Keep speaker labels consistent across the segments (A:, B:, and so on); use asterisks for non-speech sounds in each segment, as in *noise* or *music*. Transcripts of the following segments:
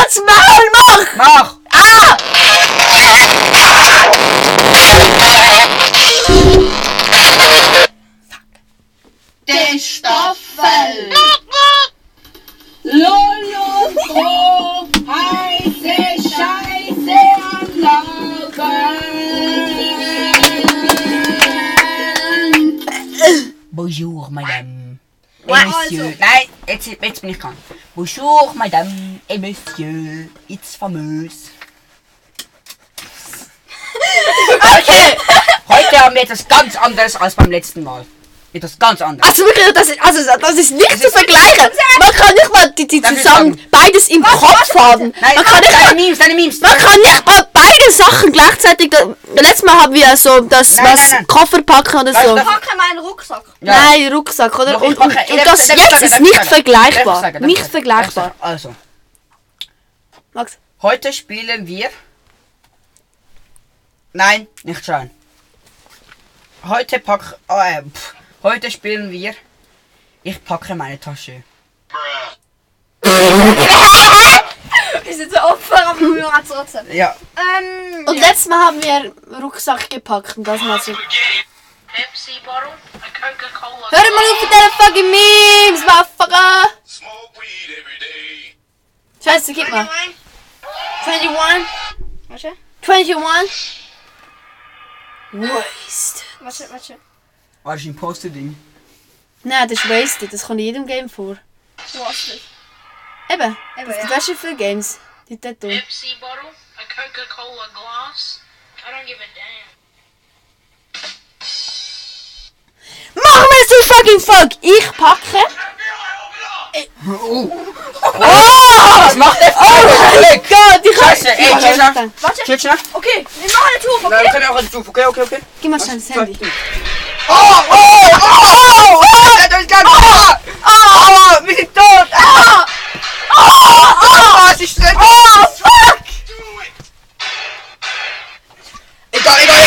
A: Als Maul, mach!
B: Mach!
A: Ah!
C: Der Stoffel. Lolo Pro, heiße Scheiße anlaufen.
B: Bonjour, madame. Et
A: Ouais.
B: monsieur.
A: Also.
B: Nein, jetzt, jetzt bin ich dran. Bonjour, madame et monsieur. It's famous.
A: Okay!
B: Heute haben wir etwas ganz anderes als beim letzten Mal. Etwas ganz anderes.
A: Also wirklich, das ist, also, das ist nicht zu
B: ist
A: vergleichen. Man kann nicht mal die, die
B: Darf ich
A: zusammen beides im Kopf haben.
B: Nein,
A: Man kann nicht mal
B: deine Memes, deine Memes.
A: Man kann nicht mal beide Sachen gleichzeitig. Letztes Mal haben wir so das
B: Nein,
A: was
B: nein, nein.
A: Koffer packen oder so.
B: Darf-
D: packe meinen Rucksack.
B: Ja.
A: Nein, Rucksack, oder?
B: Doch, ich
A: Und, und,
B: mache-
A: und
B: darf-
A: das
B: darf
A: jetzt
B: ich sagen, darf
A: ist
B: ich
A: nicht
B: sagen, darf ich
A: vergleichbar.
B: sagen, darf ich
A: Nicht
B: sagen,
A: vergleichbar.
B: darf ich sagen. Also,
A: Max,
B: heute spielen wir. Nein, nicht schauen. Heute pack. Äh, pff. heute spielen wir. Ich packe meine Tasche.
D: Wir sind so Opfer, aber wir machen trotzdem.
B: Ja,
D: Ähm,
A: Und letztes Mal haben wir Rucksack gepackt und das mal so.
E: Pepsi bottle, a Coca-Cola.
A: Hör mal auf mit diesen fucking Memes, Motherfucker!
F: Smoke weed every day.
A: Scheiße, gib mal. 21,
D: warte,
A: 21. Waste.
D: warte, warte.
B: war ich im Poster-Ding?
A: Nein, das ist wasted, das kommt in jedem Game vor.
D: Du hast dich.
A: Eben,
D: Eben,
A: das
D: ja.
A: gibt ja schon viele Games, die das tun.
E: Pepsi bottle, a Coca-Cola glass. I don't give a damn.
A: Mach mir so fucking fuck! Ich packe.
B: Oh! Was macht der Flick?
A: Gott, ich
B: Scheiße, ey, chill schnell.
D: Warte.
B: Chill schnell.
D: Okay, wir machen eine Tour,
B: Nein,
D: okay?
B: können wir auch jetzt auf. Okay, okay, okay.
A: Gib mal schnell das Handy.
B: Oh, oh, oh, oh, oh, das ist ganz- oh, oh, oh, wir sind tot. Ah, oh, oh, es ist schlimm. Egal, egal,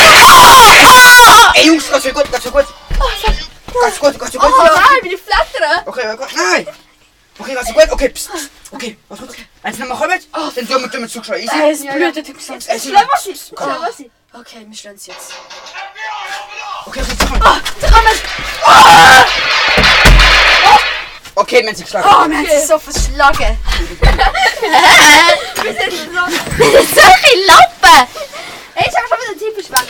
B: egal. Ey, Jungs, ganz schön gut, ganz schön gut. Ganz gut, ganz schön gut.
D: Nein, wie die flattern.
B: Okay, oh Gott, nein. Okay, ganz schön gut. Okay, pst, pst. Okay, was gut, okay. Eins nochmal rückwärts. Dann dürfen wir- dürfen wir zurückschauen. Easy.
A: Es blutet im Gesicht.
B: Es ist-
D: Schnell was sie. Schnell
B: Komm.
D: was sie.
A: Okay, wir stehen jetzt. Ah,
B: Okay, okay, komm. Ah! Okay, wir haben sie geschlagen.
A: Oh, wir haben sie so
B: *laughs*
A: verschlagen.
D: Wir sind so.
A: Solche Lappen!
D: Ey, ich hab schon wieder typisch Mann.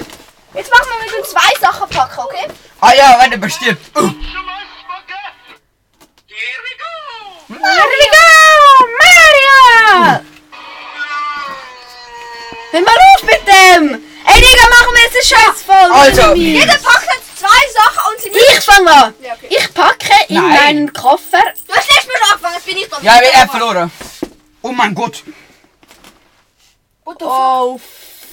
D: Jetzt machen wir mit den zwei Sachen packen, okay?
B: Ah ja, wenn er bestimmt. Uh.
F: Here we go.
A: Mario! Hör mal auf mit dem! Ey, Digga, machen wir jetzt eine scheiß Folge.
B: Also,
A: Jeder
D: Jeder packt jetzt zwei Sachen und sie
A: ich fange an.
D: Ja, okay.
A: Ich packe in
B: Nein.
A: meinen Koffer.
D: Du hast letztes Mal schon angefangen, jetzt bin ich dran.
B: Ja, wir haben verloren. Oh mein Gott.
D: What the fuck?
A: Oh,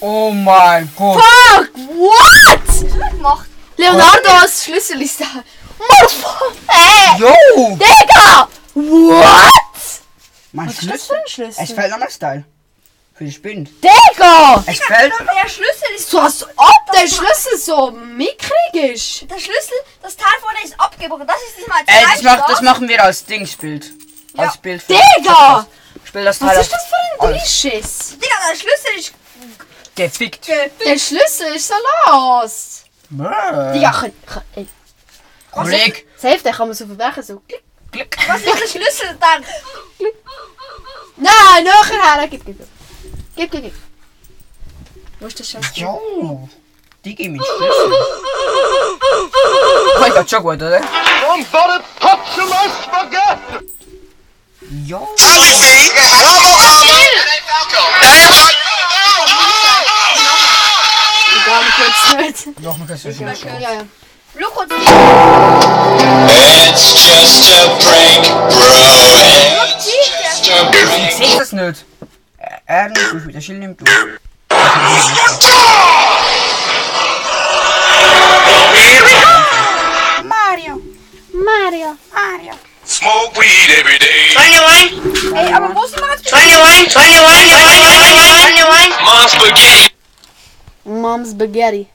B: Oh mein Gott.
A: fuck! What?
D: Was hast du gemacht?
A: Leonardos Schlüssel ist da. Motherfucker! Ey,
B: Jo.
A: Digga! What?
B: Mein
A: Das für
B: Schlüssel?
A: ein
B: Es
A: Schlüssel?
B: fällt noch das Teil. Für den Spind.
A: Digga!
B: Es fällt noch.
D: Der Schlüssel ist.
A: So als ob der Schlüssel so mickrig ist.
D: Der Schlüssel, das Teil vorne ist abgebrochen. Das ist diesmal
B: Ey, das,
D: Teil,
B: macht, das
D: oder?
B: machen wir als Dingsbild. Als Bild. für-
A: Digga!
B: Spiel das Teil.
A: Was
B: als-
A: ist das für ein Drisches?
D: Digga, der Schlüssel ist.
B: Gefickt.
A: Der Schlüssel ist so los.
B: Digga.
A: Digga, kann, kann, ey,
B: Kollege.
A: safe, den kann man so verbrechen. So. klick.
B: Glück.
D: Was ist der Schlüssel dann?
A: Nein, nachher her. Gib, gib, gib. Gib, gib, gib. Wo ist der Schatz?
B: Jo. Digga, mein Schlüssel. Oh, ich hab schon gut, oder? Jo.
A: Egal, ich will's nicht.
B: Doch, man kann es schon
A: Ja,
B: mal
A: ja.
D: Look und
G: It's just a prank, bro. It's just a prank.
B: Seht das nicht? Er- Er nimmt mich mit der Schild nimmt du.
A: Mario.
F: Smoke weed every day.
D: Ey, aber wo sind wir jetzt?
G: Mom spaghetti.
A: Mom's Spaghetti.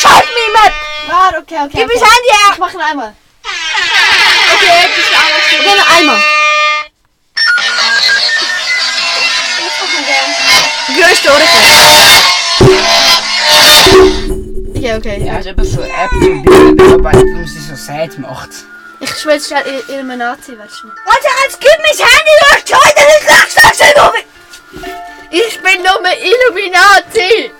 D: Schau mir mal!
A: Warte, okay, okay.
D: Gib
A: okay.
D: mich an dir!
A: Ich mach ihn einmal.
D: Okay, ich bin
A: Gerne einmal. juiste origine. Ja, okay.
B: Ja, ze hebben zo'n app die binnen bei uns die Society macht.
A: Ich schwöre, es ist ja I- Illuminati, weißt du.
D: Alter, jetzt gib mich Handy durch, Leute, ich sag's das ist nur
A: Ich bin nur mehr Illuminati!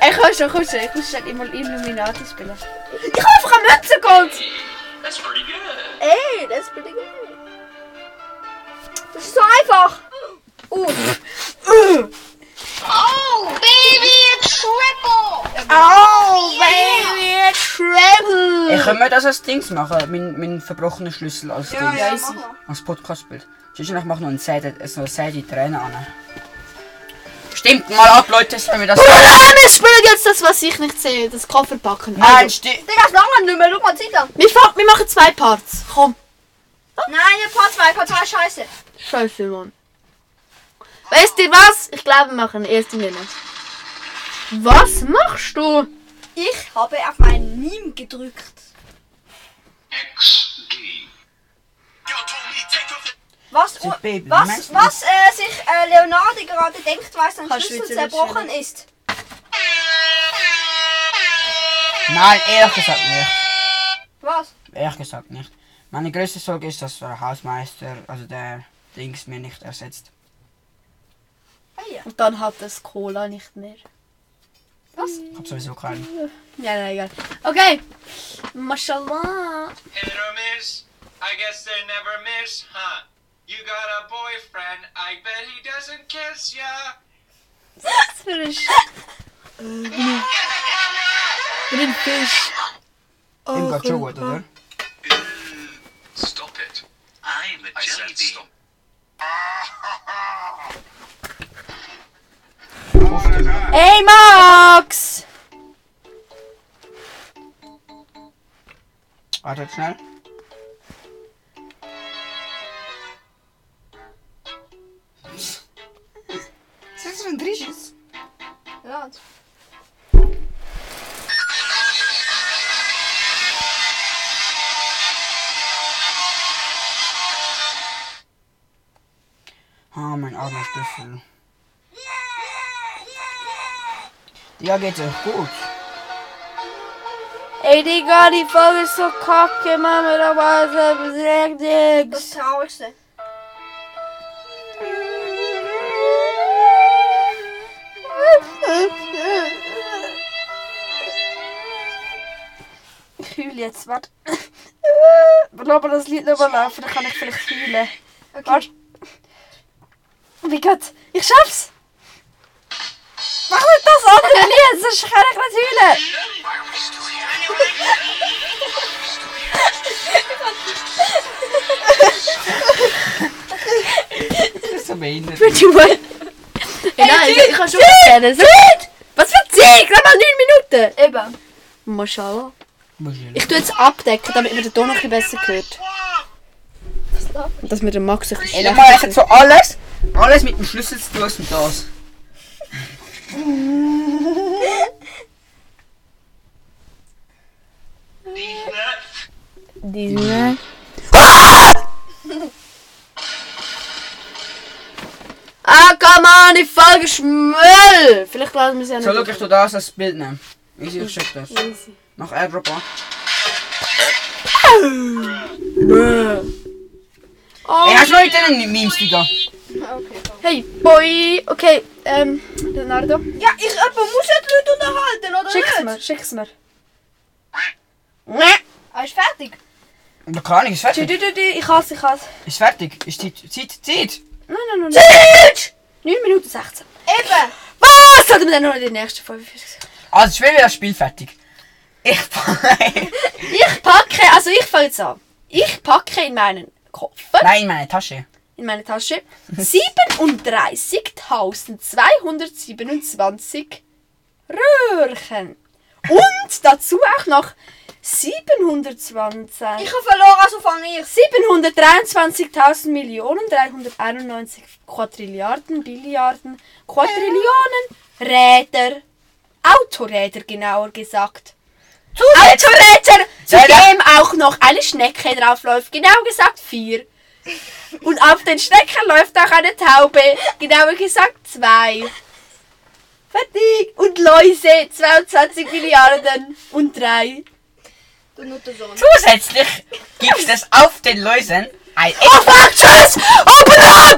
A: Ey, komm schon, komm schon. Ich muss schon immer Illuminati spielen.
D: Ich hab einfach eine Mütze geholt.
E: That's pretty good.
D: Ey, das bin ich geil. Das ist so einfach. Uff.
C: Oh, baby, a triple!
D: Oh, baby,
B: Ey,
D: Treble.
B: Äh, können wir das als Dings machen? Mein, mein verbrochener Schlüssel als Dings.
D: mach mal.
B: Als Podcastbild. Sonst ich mache noch ein Seite, so eine Seite Tränen an. Stimmt mal ab, Leute, wenn wir das.
A: Nein, wir spielen jetzt das, was ich nicht sehe. Das Kofferpacken.
B: Nein, stimmt.
D: Digga, das lange nicht mehr, schau mal, zieh das.
A: Wir, fa- wir machen zwei Parts. Komm.
D: Nein, der Part 2, Part 2 scheiße.
A: Scheiße, Mann. Weißt du was? Ich glaube, wir machen erst in Minute. Was machst du?
D: Ich habe auf mein Meme gedrückt.
F: XD.
D: Was, oh,
B: Sind Baby, meinst
D: was,
B: du?
D: was äh, sich äh, Leonardo gerade denkt, weil sein
A: Kannst
D: Schlüssel
A: du jetzt
D: zerbrochen ist.
B: Nein, ehrlich gesagt nicht.
D: Was?
B: Ehrlich gesagt nicht. Meine größte Sorge ist, dass der Hausmeister, also der Dings, mir nicht ersetzt.
A: Und dann hat das Cola nicht mehr.
B: Ich hab sowieso keinen.
A: Ja, nein, egal. Okay. Mashallah.
H: Hit or miss? I guess they never miss, huh? You got a boyfriend, I bet he doesn't kiss ya.
A: Was für ein Sch... Äh, bin ich... Bin ein Fisch.
B: Dem
A: Oh,
B: geht's schon gut, oder?
F: Stop it. I'm a jelly bean.
A: Hey, Max!
B: Wartet schnell. Das ist ein Drisches.
D: Ja.
B: Ah, mein armer Stiefel. Ja, geht's euch gut.
A: Ey, Digga, die Folge ist so kacke, Mama, da war es
D: Das ist
A: nix.
D: das Traurigste.
A: Ich heule jetzt, warte. Lass mal das Lied nochmal laufen, dann kann ich vielleicht heulen. Okay. Warte. Oh mein Gott, ich schaff's! Mach nicht das andere Lied, sonst kann ich nicht heulen!
B: Das ist so behindert.
A: Pretty well. Hey, nein, ich, ich kann schon erzählen. Zeit! Was für Zeit? Sag mal 9 Minuten!
D: Eben.
A: Mashallah.
B: Muss ich
A: Ich tue jetzt abdecken, damit man den Ton noch ein bisschen besser hört. Und dass man den Max ein bisschen
B: Ey, nochmal, ich
A: schlechter
B: hab so alles, alles mit dem Schlüssel zu tun, was mit das.
A: Disney. Ah, come on, die Folge ist Müll! Vielleicht lassen wir sie ja
B: So, schau, ich
A: nicht.
B: tu das als Bild nehmen. Easy, ich schick das.
A: Easy.
B: Mach Airdrop an.
A: Oh,
B: Ey, hast du noch nicht deine Memes, Digga?
A: hey, boy! Okay, ähm, Leonardo,
D: Ja, ich etwa muss ja die Leute unterhalten, oder
A: schick's
D: nicht?
A: mir, schick's mir.
D: Ah, ist fertig.
B: Da kann ich, ist
A: Du,
B: fertig.
A: du, du, du, ich hasse, ich hasse.
B: Ist fertig. Ist Zeit, Zeit, Zeit.
A: Nein, nein, nein, nein. 9 Minuten 16.
D: Eben.
A: Was? Sollten wir dann noch in den nächsten 45
B: Also, ich will wieder das Spiel fertig. Ich fange. *laughs*
A: Ich packe, also ich fange jetzt an. Ich packe in meinen Koffer,
B: Nein, meine Tasche.
A: in meine Tasche, *laughs* 37.227 Röhrchen. Und dazu auch noch 720.
D: Ich habe verloren, also fange ich.
A: 723.000 Millionen 391 Quadrilliarden, Billiarden, Quadrillionen Räder. Autoräder genauer gesagt. Autoräder, zu dem auch noch eine Schnecke draufläuft, genau gesagt vier. Und auf den Schnecken läuft auch eine Taube, genauer gesagt zwei. Fertig. Und Läuse, 22 Milliarden und drei.
D: Du Nuttensohn.
B: Zusätzlich gibt es auf den Läusen ein
A: Oh fuck, tschüss! Open up!